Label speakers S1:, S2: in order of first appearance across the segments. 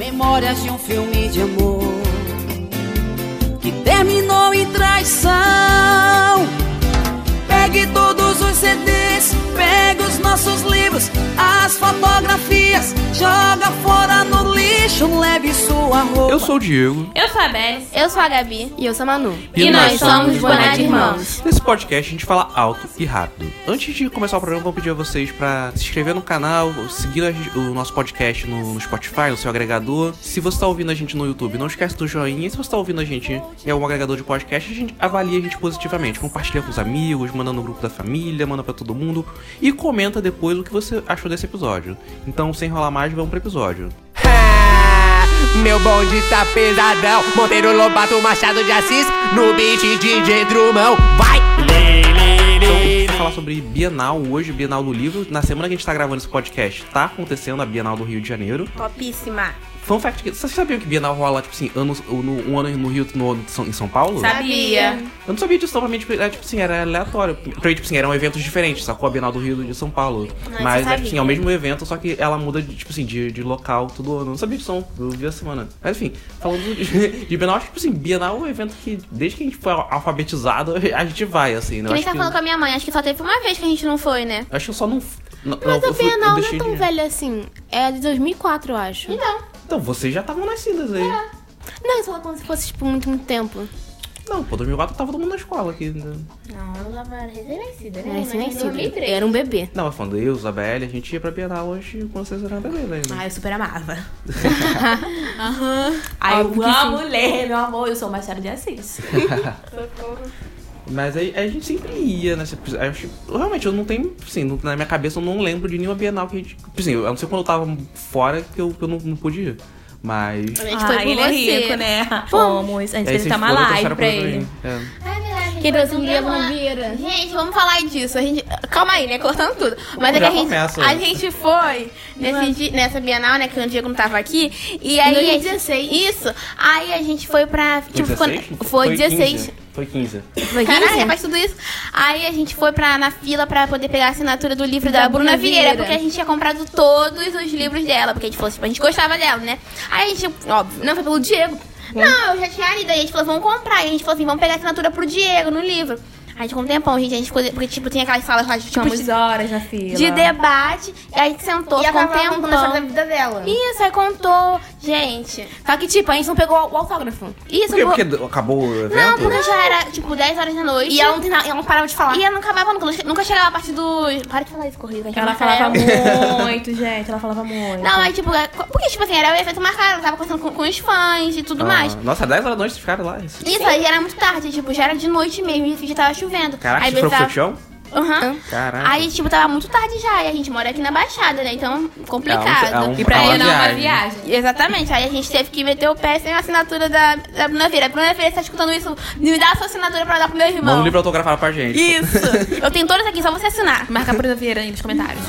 S1: Memórias de um filme de amor que terminou em traição. Pegue todos os CDs, pegue os nossos livros, as fotografias, joga fora no lixo, leve sua roupa.
S2: Eu sou o Diego.
S3: Eu sou a Belle.
S4: Eu sou a Gabi.
S5: E eu sou a Manu.
S3: E, e nós, nós, somos Boné de Irmãos.
S2: Nesse podcast a gente fala alto e rápido. Antes de começar o programa, vou pedir a vocês para se inscrever no canal, seguir gente, o nosso podcast no, no, Spotify, no seu agregador. Se você está ouvindo a gente no YouTube, não esquece do joinha. E se você está ouvindo a gente em algum agregador de podcast, a gente avalia a gente positivamente. Compartilha com os amigos, manda no grupo da família, manda para todo mundo. E comenta depois o que você achou desse episódio. Então, sem enrolar mais, vamos pro episódio.
S6: Meu bonde tá pesadão Monteiro Lobato, Machado de Assis No beat DJ Drumão Vai!
S2: Então, vou falar sobre Bienal hoje, Bienal do Livro. Na semana que a gente tá gravando esse podcast, tá acontecendo a Bienal do Rio de Janeiro.
S4: Topíssima!
S2: Fun fact, vocês sabiam que Bienal rola, tipo assim, ano, um ano no Rio, outro no, em São Paulo?
S5: Tá,
S3: Sabia.
S2: Eu não sabia disso, totalmente, era, tipo assim, era aleatório. Pra mim, tipo assim, eram eventos diferentes, sacou? A Bienal do Rio e de São Paulo. Não, Mas, é, tipo assim, é o mesmo evento, só que ela muda, de, tipo assim, de, de local todo ano. Eu não sabia disso, não. Eu vi a semana. Mas, enfim, falando de, de Bienal, acho que, tipo assim, Bienal é um evento que, desde que a gente foi alfabetizado, a gente vai, assim, né?
S5: Quem tá que... falando com a minha mãe, acho que só teve uma vez que a gente não foi, né?
S2: Acho que eu só não... não
S4: Mas
S2: não,
S4: a Bienal não é tão de... velha assim. É de 2004, eu acho.
S3: Não.
S2: Então, vocês já estavam nascidas aí. É.
S4: Não, isso fala como se fosse, tipo, muito, muito tempo.
S2: Não, pô, 2004 tava todo mundo na escola aqui. Né?
S3: Não, eu tava recém-nascida,
S4: Era
S3: né?
S4: recém-nascido. Era um bebê.
S2: Não, mas falando eu, Isabelle, a gente ia pra Bienal hoje quando vocês eram bebê, né?
S3: Ah, eu super amava.
S5: Aham. uhum.
S3: Ai, eu amo ler, meu amor, eu sou uma Machado de Assis.
S2: Mas aí a gente sempre ia nessa. Acho, realmente, eu não tenho. Assim, na minha cabeça eu não lembro de nenhuma Bienal que a gente. Assim, eu não sei quando eu tava fora que eu, que eu não, não pude ir. Mas.
S5: A gente ah, foi por
S3: ele
S5: você.
S3: é rico, né? Fomos. A gente fez uma live pra ele.
S2: É.
S4: Que Deus um dia Vampira.
S5: Gente, vamos falar disso. A gente... Calma aí, né? Cortando tudo. Mas é que a gente,
S2: começa.
S5: a gente foi nesse dia, nessa Bienal, né? Que o Diego não tava aqui. E aí.
S4: 2016.
S5: Isso. Aí a gente foi pra. Tipo,
S2: 16?
S5: Foi, foi 16. 15.
S2: Foi 15.
S5: Foi 15? Caraca, faz tudo isso. Aí a gente foi pra, na fila pra poder pegar a assinatura do livro da, da Bruna, Bruna Vieira, Vieira, porque a gente tinha comprado todos os livros dela, porque a gente falou assim, a gente gostava dela, né? Aí a gente, óbvio, não foi pelo Diego. Hum. Não, eu já tinha lido, aí a gente falou, vamos comprar. E a gente falou assim, vamos pegar a assinatura pro Diego no livro. A gente ficou um tempão, gente. A gente ficou. Porque, tipo, tinha aquelas salas lá de tipo,
S3: de, horas na fila.
S5: De debate. E aí sentou,
S4: e
S5: ficou um tempão.
S4: contando da vida dela.
S5: Isso, aí contou. Gente.
S4: Só que, tipo, a gente não pegou o autógrafo.
S5: Isso,
S2: Por quê? Porque acabou o evento?
S5: Não, porque já era, tipo, 10 horas da noite.
S4: E ela não, ela não parava de falar.
S5: E ela não acabava nunca. Nunca chegava a parte dos. Para de falar isso, corrida.
S3: Ela falava muito, gente. Ela falava muito.
S5: Não, aí, tipo, porque, tipo assim, era o evento marcado. Ela tava conversando com, com os fãs e tudo ah, mais.
S2: Nossa, 10 horas da noite vocês ficaram lá. Isso,
S5: isso aí já era muito tarde. Tipo, já era de noite mesmo. E já tava chovendo chovendo.
S2: Caraca, aí você foi tava... pro chão?
S5: Uhum.
S2: Caraca.
S5: Aí, tipo, tava muito tarde já. E a gente mora aqui na Baixada, né? Então, complicado.
S2: É um, é um,
S3: e pra
S2: é
S3: ele não uma viagem.
S5: Exatamente. Aí a gente teve que meter o pé sem a assinatura da, da Bruna Vieira. A Bruna Vieira está escutando isso. Me dá a sua assinatura pra dar pro meu irmão.
S2: Manda um livro autografado pra gente.
S5: Isso. Eu tenho todos aqui, só você assinar.
S3: Marca a Bruna Vieira aí nos comentários.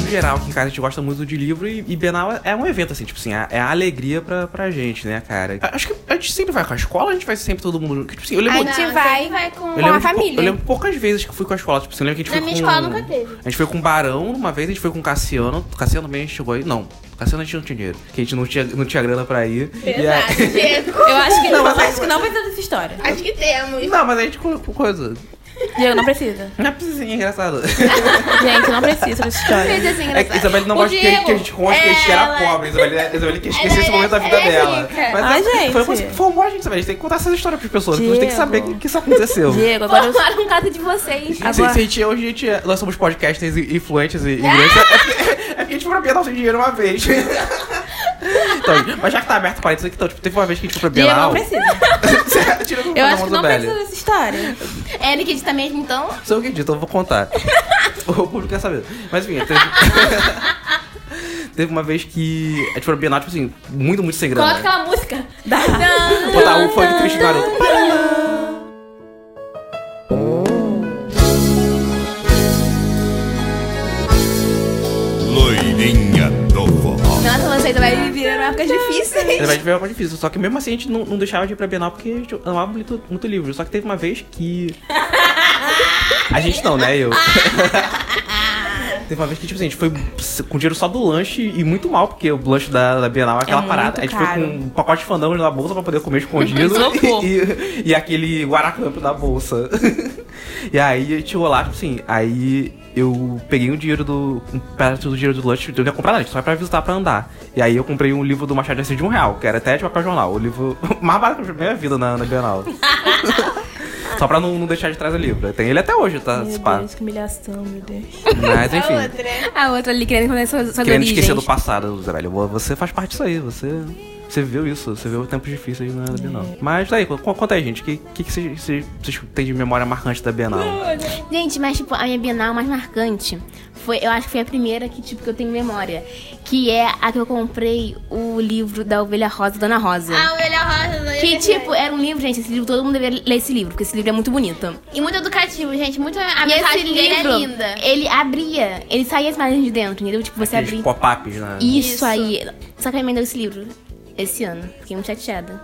S2: No geral, que cara, a gente gosta muito de livro e, e Bienal é um evento, assim, tipo assim, é a alegria pra, pra gente, né, cara? Acho que a gente sempre vai com a escola, a gente vai sempre todo mundo. Tipo assim, eu lembro.
S5: A gente
S2: de...
S5: vai, vai com,
S2: eu lembro
S5: a família.
S2: Eu lembro poucas vezes que fui com a escola, tipo assim, eu lembro que a gente
S5: Na
S2: foi
S5: minha
S2: com.
S5: escola nunca teve.
S2: A gente foi com Barão uma vez, a gente foi com Cassiano. Cassiano também chegou aí, não. Cassiano a gente não tinha dinheiro, que a gente não tinha, não tinha grana pra ir.
S5: Exato, Diego.
S3: Eu acho que não, mas acho que não vai ter dessa história.
S5: Acho que temos.
S2: Não, mas a gente colocou coisa.
S3: Diego, não precisa.
S2: Não precisa, é engraçado.
S3: gente, não precisa dessa história.
S5: Fez assim,
S2: É que Isabelle não
S5: O
S2: gosta que,
S5: Diego,
S2: que a gente conte que a gente era
S5: ela-
S2: pobre. Isabelle, Isabelle quer esquecer
S5: Ela
S2: esse
S5: é-
S2: momento da vida
S5: ela é
S2: dela.
S5: rica.
S2: Mas
S3: Ai,
S2: é-
S3: gente.
S2: foi uma coisa que formou a gente, Isabelle. A gente tem que contar essas histórias pras pessoas. porque A gente tem que saber o que,
S3: Diego.
S2: que isso aconteceu.
S3: Diego, agora eu.
S5: Tomaram um caso de vocês.
S2: Se,
S3: Agora-
S2: se a gente, hoje a gente, é- nós somos podcasters e- influentes e e grandes, é porque- é porque a gente foi pra Bienal sem dinheiro uma vez. Então, mas já que tá aberto para isso aqui, então, tipo, teve uma vez que a gente foi pra
S3: Diego, não
S2: Bienal.
S3: precisa.
S2: Tira o
S3: Eu
S2: da
S3: acho
S2: mão
S3: que
S2: do
S3: não
S2: velho.
S3: precisa dessa história.
S5: Eric disse também, então.
S2: Sou eu que edito, um eu vou contar. o público quer saber. Mas enfim, teve... teve uma vez que a gente foi na Bienal, tipo assim, muito, muito sem
S5: Coloca
S2: grana.
S5: aquela música.
S3: Dá.
S2: Botar um funk triste do Naruto.
S7: Loirinha do forró.
S5: Nossa, vocês vai virar épocas difíceis.
S2: Na verdade, foi uma difícil. Só que mesmo assim a gente não, não deixava de ir pra Bienal porque a gente amava muito, muito livro. Só que teve
S3: Ah.
S2: uma vez que. A gente não, né? Eu. Teve uma vez que, tipo assim, a gente foi com dinheiro só do lanche e muito mal, porque o lanche da, da Bienal é aquela
S3: muito
S2: parada. A gente foi
S3: caro.
S2: com um pacote de fandangos na bolsa pra poder comer escondido.
S3: Isopor.
S2: e, e aquele guaracampo na bolsa. e aí a gente chegou lá, tipo assim, aí eu peguei o dinheiro do. Um pedaço do dinheiro do lanche, eu não ia comprar nada, só pra visitar pra andar. E aí eu comprei um livro do Machado de Assis de um real, que era até de papel jornal. O livro mais barato da minha vida na, na Bienal. Só pra não, não deixar de trás o livro. Tem ele até hoje, tá?
S3: Meu
S2: se pá.
S3: Deus, que humilhação, meu Deus.
S2: Mas
S4: É
S2: enfim.
S3: A outra ali querendo fazer suas, suas
S2: Querendo
S3: origens.
S2: esquecer do passado, Zé Velho. Você faz parte disso aí, você. Você viveu isso, você viveu tempos difíceis na Bienal.
S4: É.
S2: Mas daí, co- conta aí, gente, o que, que, que vocês- vocês vocês têm de memória marcante da Bienal?
S4: Gente, mas tipo, a minha Bienal mais marcante foi, eu acho que foi a primeira que tipo que eu tenho memória, que é a que eu comprei o livro da Ovelha Rosa Dona Rosa.
S5: A ovelha rosa da
S4: que tipo, era um livro, gente, esse livro todo mundo deveria ler esse livro, porque esse livro é muito bonito.
S5: E muito educativo, gente. Muito... A
S4: e esse
S5: mensagem dele é
S4: livro,
S5: linda.
S4: ele abria, ele saía as imagens de dentro, entendeu? Tipo, você
S2: Aqueles
S4: abria.
S2: pop-ups, né?
S4: Isso,
S5: Isso.
S4: aí. Só que eu emendei esse livro esse ano. Fiquei muito chateada.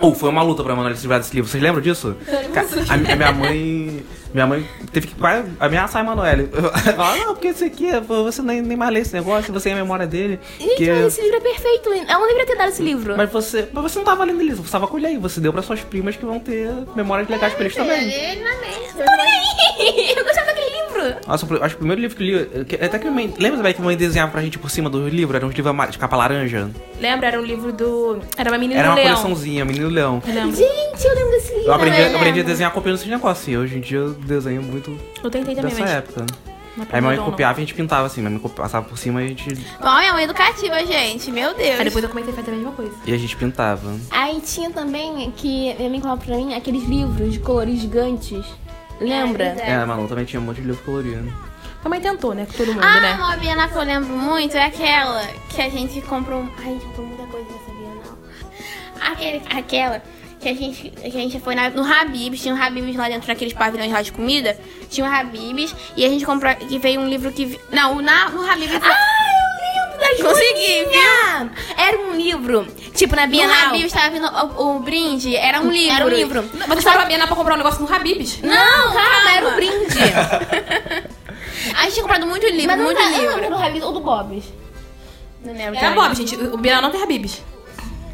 S2: Ou foi uma luta pra mandar eles livrar desse livro, vocês lembram disso? Ca- A, mi- a minha mãe. Minha mãe teve que quase ameaçar a Emanuele. Ela, não, porque isso aqui, é- você nem, nem mais lê esse negócio, você é a memória dele.
S4: Gente,
S2: que-
S4: mas esse livro é perfeito. Eu não deveria ter dado esse livro.
S2: Mas você, mas você não tava lendo eles, você tava com ele aí, você deu pra suas primas que vão ter memórias legais pra eles também.
S5: Ele na mente.
S4: eu gostava daquele livro.
S2: Nossa, eu acho que o primeiro livro que eu li. que- Até que minha mãe. Lembra Isabel, que a mãe desenhava pra gente por cima do livro? Era uns livros ama- de capa laranja.
S3: Lembra? Era um livro do... Era uma menina
S2: Era
S3: do
S2: uma
S3: leão.
S2: coleçãozinha, Menino Leão.
S3: Lembra?
S4: Gente, eu lembro desse livro.
S2: Eu aprendi, eu
S5: lembro.
S2: aprendi a desenhar copiando esses negócios. E hoje em dia eu desenho muito
S3: Eu tentei também,
S2: dessa
S3: mas...
S2: época.
S3: não
S2: Aí minha mãe
S3: aprendeu, não.
S2: copiava e a gente pintava assim, minha mãe copi- passava por cima e a gente,
S5: Bom, é uma educativa, gente. Meu Deus.
S3: Aí depois eu comecei a fazer a mesma coisa.
S2: e a gente pintava.
S4: Aí tinha também que minha mãe comprava pra mim aqueles livros de colores gigantes. Lembra?
S2: É, a Manu também tinha um monte de livro colorido.
S3: Também tentou, né? Com todo mundo,
S5: Ah,
S3: né?
S5: uma Bienal que eu lembro muito é aquela que a gente comprou. um- Ai, a gente comprou muita coisa nessa Bienal. Aquele, aquela que a gente, que a gente foi na- no Habibs, tinha um Habibs lá dentro daqueles pavilhões lá de comida. Tinha um Habibs e a gente comprou. Que veio um livro que. vi- Não, o na, no Habibs. Consegui, viu?
S4: Ah, era um livro. Tipo, na
S5: No
S4: Bienal.
S5: Habibs tava vindo o, o brinde, era um livro.
S4: Era um livro.
S3: Não, Você foi pra Bienal pra comprar um negócio no Habib's?
S5: Não, calma,
S4: Era um brinde.
S5: A gente tinha comprado muito livro,
S4: Mas eu
S5: muito
S4: não, eu não
S5: livro.
S4: lembro do Ravis ou do Bob's.
S5: Não
S4: É
S5: lembro.
S3: Era
S5: também.
S3: Bob, gente. O Bienal não tem Habib's.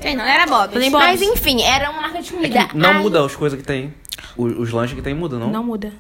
S5: Tem não, era Bob.
S3: Tem Bob.
S4: Mas enfim, era uma marca de comida.
S2: É
S4: Ah,
S2: Não
S4: Ai,
S2: muda as coisas que tem. O- Os, lanches que tem muda, não?
S3: Não muda.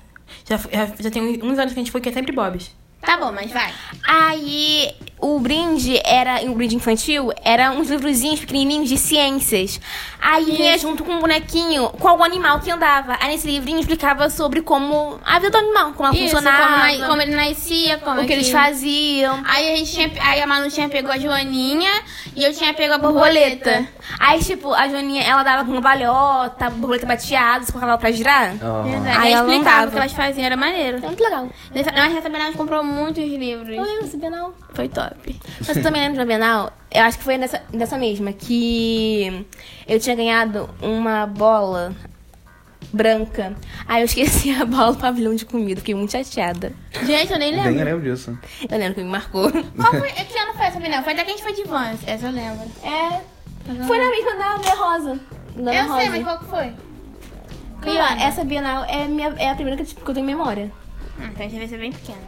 S3: Já, já, já tem uns anos que a gente foi que é sempre Bob's.
S5: Tá bom, mas vai.
S4: Aí o brinde era o brinde infantil era uns livrozinhos pequenininhos de ciências. Aí vinha junto com um bonequinho com algum animal que andava. Aí nesse livrinho explicava sobre como a vida do animal, como ela
S5: Isso, como,
S4: funcionava,
S5: na- como ele nascia, como é
S4: o que eles
S5: que-
S4: faziam.
S5: Aí a gente tinha, aí a Manu tinha pegou a Joaninha e eu tinha pego a borboleta.
S4: Borboleta. Aí, tipo, a Joaninha, ela dava com uma balhota, a borboleta bateada, se colocava ela pra girar.
S2: Ah.
S5: É Verdade.
S4: Aí
S5: Aí
S4: ela
S5: explicava o
S4: andava.
S5: que elas faziam, era maneiro.
S4: É muito legal.
S5: Nessa, mas nessa Bienal a gente comprou muitos livros.
S4: Eu lembro desse Bienal.
S5: Foi top.
S4: Mas eu também lembro da Bienal, eu acho que foi nessa, nessa mesma, que eu tinha ganhado uma bola branca. Aí eu esqueci a bola no pavilhão de comida, fiquei muito chateada.
S5: Gente, eu nem
S2: Nem
S5: lembro.
S2: lembro disso.
S4: Eu lembro que me marcou.
S5: Qual foi, que ano foi essa Bienal? Foi até que a gente foi de Vans, essa eu lembro.
S4: É. Foi na mesma da Ana Rosa. Da Ana
S5: eu
S4: Rosa.
S5: sei, mas qual que foi?
S4: E, ó, essa Bienal é, minha, é a primeira que, tipo, que eu tenho memória.
S5: Ah, então a gente vai ser bem pequena.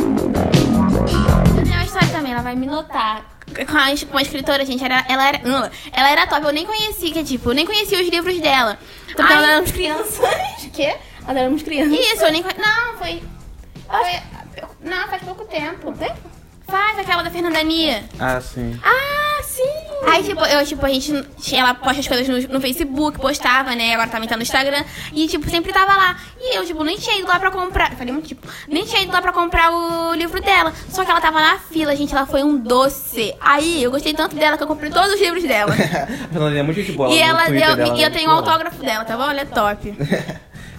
S5: Eu tenho uma história também, ela vai me notar. Com a, com a escritora, gente, era- ela era. Ela, ela era top, eu nem conhecia, que tipo, eu nem conhecia os livros dela.
S4: Então, nós
S5: Aí-
S4: éramos crianças.
S5: o quê?
S4: Nós éramos crianças.
S5: Isso, eu nem conhe... Não, foi. foi- Não, faz pouco tempo. Faz aquela da Fernanda Nia.
S2: Ah, sim.
S5: Ah, sim! Aí, tipo, eu, tipo, a gente. Ela posta as coisas no, no Facebook, postava, né? Agora também tá no Instagram. E, tipo, sempre tava lá. E eu, tipo, nem tinha ido lá pra comprar. eu Falei muito, tipo, nem tinha ido lá pra comprar o livro dela. Só que ela tava na fila, gente. Ela foi um doce. Aí, eu gostei tanto dela que eu comprei todos os livros dela.
S2: Fernanda é muito gente boa.
S5: e
S2: no
S5: ela
S2: Twitter
S5: deu.
S2: dela,
S5: e
S2: né?
S5: eu tenho o autógrafo dela, tá bom? Ela é top.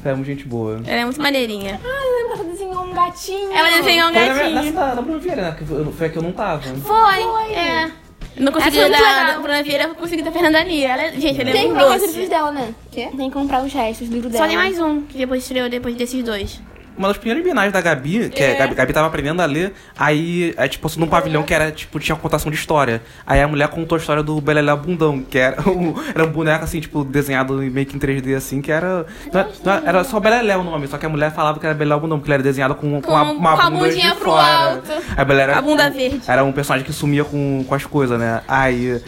S2: Ela é muito gente boa.
S5: Ela é muito maneirinha.
S4: Ah, eu lembro que ela desenhou um gatinho.
S5: Ela desenhou um
S2: Foi na- nessa
S5: gatinho.
S2: da, da Bruna Vieira, né? que eu- Foi a que eu não tava.
S5: Foi. É. Não consegui
S4: Essa é muito
S5: da,
S4: legal.
S5: da Bruna Vieira, eu consegui da Fernanda Nia. Ela, é- gente, ela é
S4: Tem que
S5: um
S4: comprar os
S5: doce.
S4: livros dela, né? Tem que comprar os restos do livro dela.
S5: Só tem mais um que depois estreou depois desses dois.
S2: uma das primeiras bienais da Gabi, que é. Gabi, Gabi tava aprendendo a ler, aí, é, tipo, num pavilhão que era, tipo, tinha contação de história. Aí a mulher contou a história do Belelé Bundão, que era um, era um boneco, assim, tipo, desenhado em- meio que em 3D, assim, que era... não era- não era- era só Belelé o nome, só que a mulher falava que era Belelé Bundão, porque ele era desenhado com, com, a,
S5: Com-
S2: uma
S5: com a
S2: bunda
S5: bundinha
S2: de
S5: pro
S2: fora.
S5: alto.
S2: A Belelé era,
S3: A bunda verde.
S2: Era um personagem que sumia com, com as coisas, né? Aí...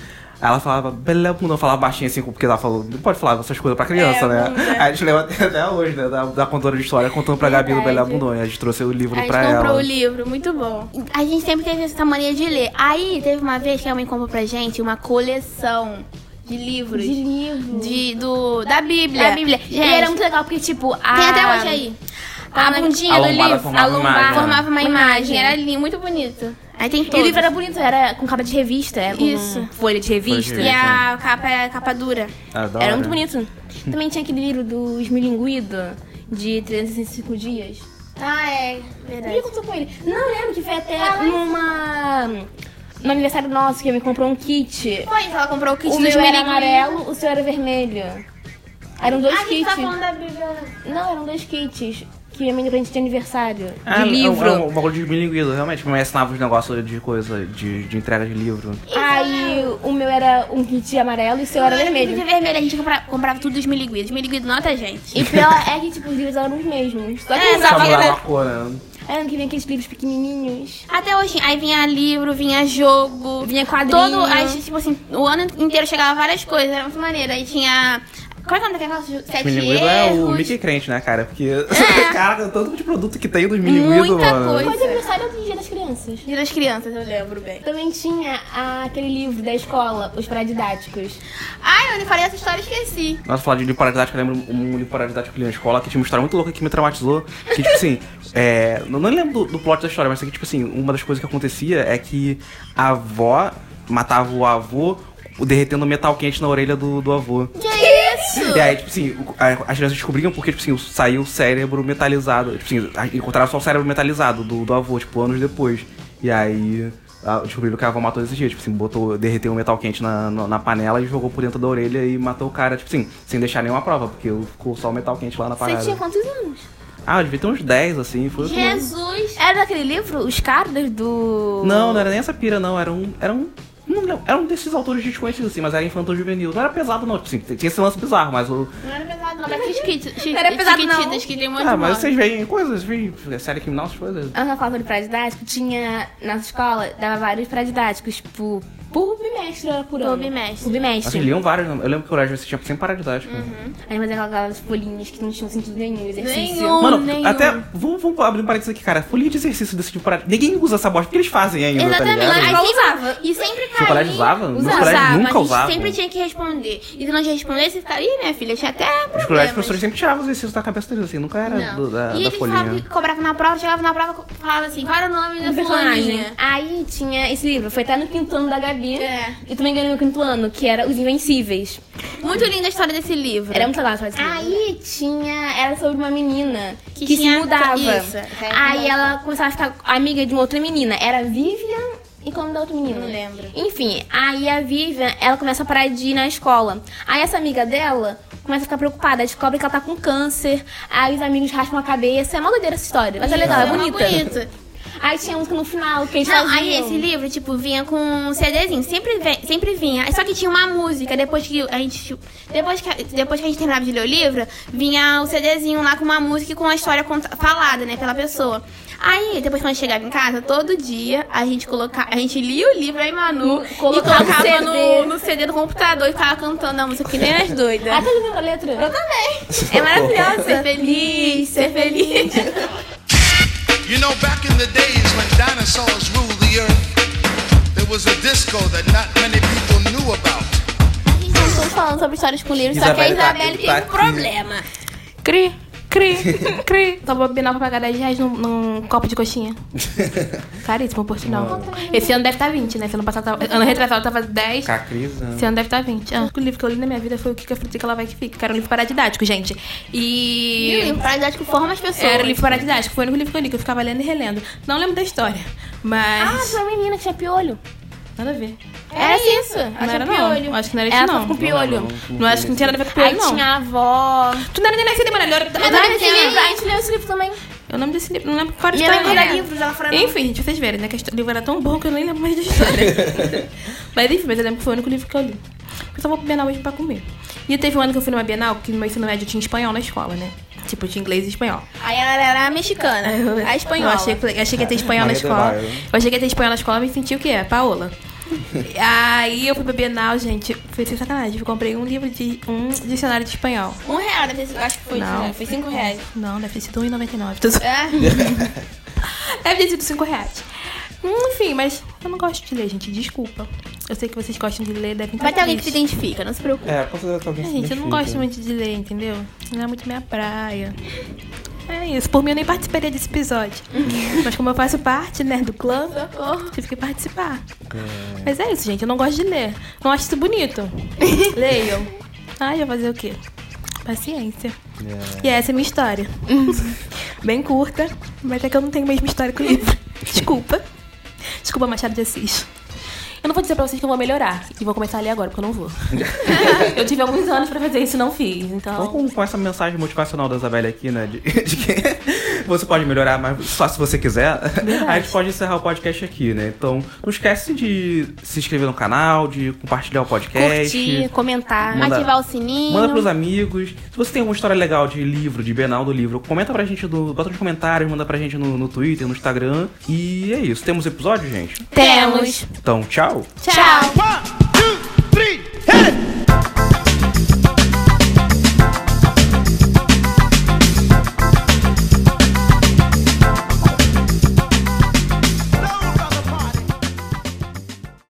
S2: Ela falava, Belelé Bundão, falava baixinho assim, porque ela falou, não pode falar essas coisas pra criança,
S3: É,
S2: né?
S3: bunda.
S2: Aí a gente lembra até- até hoje, né? Da, da contora de história contando pra Gabi do
S5: Verdade.
S2: Belé Bundonha. A gente trouxe o livro
S3: A gente
S2: pra
S3: comprou
S2: ela.
S3: o livro, muito bom.
S5: A gente sempre teve essa mania de ler. Aí teve uma vez que a mãe comprou pra gente uma coleção de livros. De livros. do, da Bíblia.
S4: Da Bíblia.
S5: Gente,
S4: É. E era muito legal, porque, tipo, a...
S5: Tem até hoje aí.
S4: A
S5: A bundinha
S2: A
S5: do
S2: lombada
S5: livro.
S2: formava
S5: a lombada
S2: imagem, né?
S5: formava uma
S4: Uma
S5: imagem.
S4: imagem.
S5: Era lindo, muito bonito. Aí tem
S4: E
S5: todos.
S4: o livro era bonito, era com capa de revista. é, Com
S5: Isso.
S4: Folha de revista.
S2: Folha
S5: E a capa é capa dura.
S2: Ah, da
S4: Era
S2: hora.
S4: muito bonito. Também tinha aquele livro dos Milinguido, de 365 dias.
S5: Ah,
S4: Tá,
S5: é. Verdade.
S4: O que aconteceu com ele? Não, eu lembro que foi até numa... No aniversário nosso, que ele me comprou um kit.
S5: Foi, ela comprou o kit
S4: O
S5: do
S4: meu era
S5: Esmeralda.
S4: amarelo, o seu era vermelho. Eram dois
S5: Ah, a gente
S4: kits.
S5: tá falando da Bíblia.
S4: Não, eram dois kits que minha mãe deu pra gente de aniversário.
S2: Ah, é
S4: de
S2: um-
S4: livro.
S2: É um, um bagulho de bilinguismo, realmente. Minha mãe ensinava os negócios de coisa, de, de entrega de livro.
S4: Aí o meu era um kit amarelo e o seu era
S5: De
S4: é vermelho.
S5: vermelho, a gente compra- comprava tudo dos miliguidos. Miliguido nota, gente.
S4: E pior é que, tipo, os livros eram os mesmos. Só que
S5: É,
S4: é,
S5: Tá
S2: Só
S5: só
S2: mudava
S5: valendo.
S2: a cor, né?
S4: Era que vinha aqueles livros pequenininhos.
S5: Até hoje, aí vinha livro, vinha jogo.
S4: Vinha quadrinho.
S5: Todo, aí, tipo assim, o ano inteiro chegava várias coisas, era muito maneiro. Aí tinha. Qual é o nome daquele negócio? Sete
S2: Milinguido
S5: erros.
S2: é o Mickey Crente, né, cara? Porque, cara, tanto de produto que tem dos milinguidos,
S5: Muita
S2: mano.
S5: coisa.
S4: Mas o aniversário era do Dia das Crianças.
S5: Dia das crianças, eu lembro bem.
S4: Também tinha ah, aquele livro da escola, os pradidáticos.
S5: Ai, eu falei essa história e esqueci.
S2: Nós falamos de liporalidade, que eu lembro um liporalidade que eu li na escola, que tinha uma história muito louca que me traumatizou. Que, tipo assim, é, não, não lembro do, do plot da história, mas é que, tipo assim, uma das coisas que acontecia é que a avó matava o avô derretendo metal quente na orelha do, do avô.
S5: Que isso?
S2: E aí, tipo assim, o- a- as crianças descobriam porque, tipo assim, o- saiu o cérebro metalizado. Tipo assim, a- encontraram só o cérebro metalizado do, do avô, tipo, anos depois. E aí, a- descobriram que a avó matou esse dia. Tipo assim, botou, derreteu um metal quente na, na, na panela e jogou por dentro da orelha e matou o cara, tipo assim, sem deixar nenhuma prova, porque ficou só o metal quente lá na parada.
S4: quantos anos?
S2: Ah, eu devia ter uns 10, assim, foi...
S5: Jesus.
S4: Era daquele livro, Os Cardas do.
S2: Não, não era nem essa pira, não. Era um. Era um. Não lembro, era um desses autores desconhecidos, assim, mas era infantil juvenil. Não era pesado, não. Assim, tinha esse lance bizarro, mas o,
S5: Não era pesado, não. Mas chiquititas,
S4: era pesado, não.
S5: que tem um monte
S2: Ah,
S5: de
S2: mas
S5: mal.
S2: vocês veem coisas, veem série criminal, essas coisas.
S4: Ano falta de pradidático, tinha. Nossa escola dava vários pradidáticos, tipo. Por bimestre era por
S5: Por
S4: ano.
S5: bimestre.
S4: Por bimestre.
S2: Vocês liam vários, eu lembro que o Horácio assistia sem parar de dar, tipo.
S5: Uhum.
S4: Aí mas era aquelas folhinhas que não tinham sentido nenhum, exercício.
S5: Nenhum,
S2: Mano,
S5: nenhum.
S2: até, vamos, vamos abrir um parênteses aqui, cara. Folha de exercício desse tipo parar. Ninguém usa essa bosta, porque eles fazem ainda,
S5: Exatamente.
S2: tá
S5: Aí
S2: ligado?
S5: sempre-
S4: usava.
S5: E sempre caía.
S2: Seu colégio usava? Meu
S5: Usava.
S2: colégio nunca
S5: a gente
S2: usava.
S5: sempre tinha que responder. E se não te respondesse, você ficava, ih, minha filha, tinha até
S2: Os colégios
S5: problemas.
S2: professores sempre tiravam os exercícios da cabeça deles, assim, nunca era
S5: Não.
S2: do- da,
S5: e
S2: da
S5: eles falavam
S2: folhinha.
S5: que cobrava na prova, chegava na prova e falava assim, qual era o nome da
S4: Um personagem.
S5: fulaninha?
S4: Aí tinha esse livro, foi até no quinto ano da Gabi.
S5: É.
S4: E também ganhei no quinto ano, que era Os Invencíveis.
S5: Muito linda a história desse livro.
S4: Era muito legal essa história. Aí tinha. Era sobre uma menina que, se mudava.
S5: Isso, é,
S4: Aí ela começava a ficar amiga de uma outra menina. Era Vivian e como da outra menina?
S5: Não lembro.
S4: Enfim, aí a Vivian, ela começa a parar de ir na escola. Aí essa amiga dela começa a ficar preocupada, descobre que ela tá com câncer. Aí os amigos raspam a cabeça. É uma doideira essa história, mas é legal, é
S5: Isso, uma
S4: bonita. Aí tinha música no final, que eles
S5: Não,
S4: faziam.
S5: aí esse livro, tipo, vinha com um CDzinho, sempre, vem- sempre vinha. Só que tinha uma música, depois que a gente. Depois que, a- depois que a gente terminava de ler o livro, vinha o CDzinho lá com uma música e com a história conta- falada, né, pela pessoa. Aí, depois quando a gente chegava em casa, todo dia a gente colocava. A gente lia o livro aí, Manu,
S4: colocava
S5: e
S4: o
S5: colocava
S4: CD.
S5: No, no CD do computador e ficava cantando a música que nem as doidas.
S4: Até lembra a letra? Eu também.
S5: É maravilhoso. Ser feliz, ser feliz.
S8: You know, back in the days when dinosaurs ruled the earth, there was a disco that not many people knew about.
S5: Nós estamos tá falando sobre histórias com livros, só que a
S2: Isabelle tá-
S5: Isabelle tem
S2: tá
S5: um
S2: aqui.
S5: problema.
S4: Cri, cri, cri. Só vou binar pra pagar 10 reais num, num copo de coxinha. Caríssimo, por sinal. Esse ano deve estar 20, né? Se ano passado tava, ano retrasado tava 10.
S2: Ficar crise, né?
S4: Esse ano deve estar 20. Ah, o livro que eu li na minha vida foi o que a Fritica ela vai que fica. Que era um livro paradidático, gente.
S5: E o
S4: E.
S5: livro paradidático forma as pessoas.
S4: Era um livro paradidático. Foi o único livro que eu li, que eu ficava lendo e relendo. Não lembro da história, mas.
S5: uma menina que tinha piolho.
S4: Nada a ver.
S5: Era É isso.
S4: Não era, não. tá. Acho que é não era isso,
S5: Ela
S4: tá não.
S5: ficou com piolho.
S4: Não acho que não tinha nada a ver com o piolho, não.
S5: a avó.
S4: Tu não era nem nascida, mano. Eu era-
S5: Mas
S4: eu era
S5: a gente
S4: pequena.
S5: leu- a gente leu esse livro também.
S3: Eu lembro desse livro, não lembro qual era a
S9: Minha mãe
S3: história.
S9: guarda
S3: né?
S9: livros, ela fala, não.
S3: Enfim, pra vocês verem, né? Que o livro era tão bom que eu nem lembro mais da história. mas enfim, mas eu lembro que foi o único livro que eu li. Eu só vou pro Bienal mesmo pra comer. E teve um ano que eu fui numa Bienal, que no meu ensino médio tinha espanhol na escola, né? Tipo, tinha inglês e espanhol.
S5: Aí ela era mexicana, a espanhola.
S3: Eu achei, que- achei que ia ter espanhol na
S2: Maria del
S3: escola.
S2: Bairro.
S3: Eu achei que ia ter espanhol na escola e me senti o quê? Paola. Aí eu fui pra Bienal, gente. Foi sem sacanagem. Eu comprei um livro de. um dicionário de espanhol.
S5: Um real, deve ter, acho que foi,
S3: Não.
S5: né? foi cinco reais.
S3: Não, deve ter sido R$1,99. Tô zoando.
S5: É?
S3: Deve ter sido 5 reais. Hum, Enfim, mas eu não gosto de ler, gente. Desculpa. Eu sei que vocês gostam de ler, devem
S5: Vai ter
S3: estar
S5: alguém que se
S3: tristes.
S5: identifica, não se preocupe.
S2: É, com certeza alguém
S3: É,
S2: se
S3: gente, eu não
S2: identifica.
S3: gosto muito de ler, entendeu? Não é muito minha praia. É isso. Por mim, eu nem participaria desse episódio. Mas como eu faço parte, né, do clã, tive que participar. Mas é isso, gente. Eu não gosto de ler. Não acho isso bonito. Leiam. Ai, já fazer o quê? Paciência. E essa é a minha história. Bem curta, mas é que eu não tenho a mesma história que o livro. Desculpa. Desculpa, Machado de Assis. Eu não vou dizer pra vocês que eu vou melhorar e vou começar a ler agora, porque eu não vou. eu tive alguns anos pra fazer isso e não fiz,
S2: Vamos
S3: então.
S2: com, com essa mensagem motivacional da Isabelle aqui, né? De, de que você pode melhorar, mas só se você quiser. A gente pode encerrar o podcast aqui, né? Então, não esquece de se inscrever no canal, de compartilhar o podcast.
S9: Curtir, comentar.
S2: É Manda-
S5: Ativar o sininho.
S2: Manda pros amigos. Se você tem alguma história legal de livro, de Bienal do livro, comenta pra gente, no, bota nos comentários, manda pra gente no, no Twitter, no Instagram. E é isso. Temos episódio, gente?
S9: Temos.
S2: Então, tchau.
S5: Tchau.
S10: One,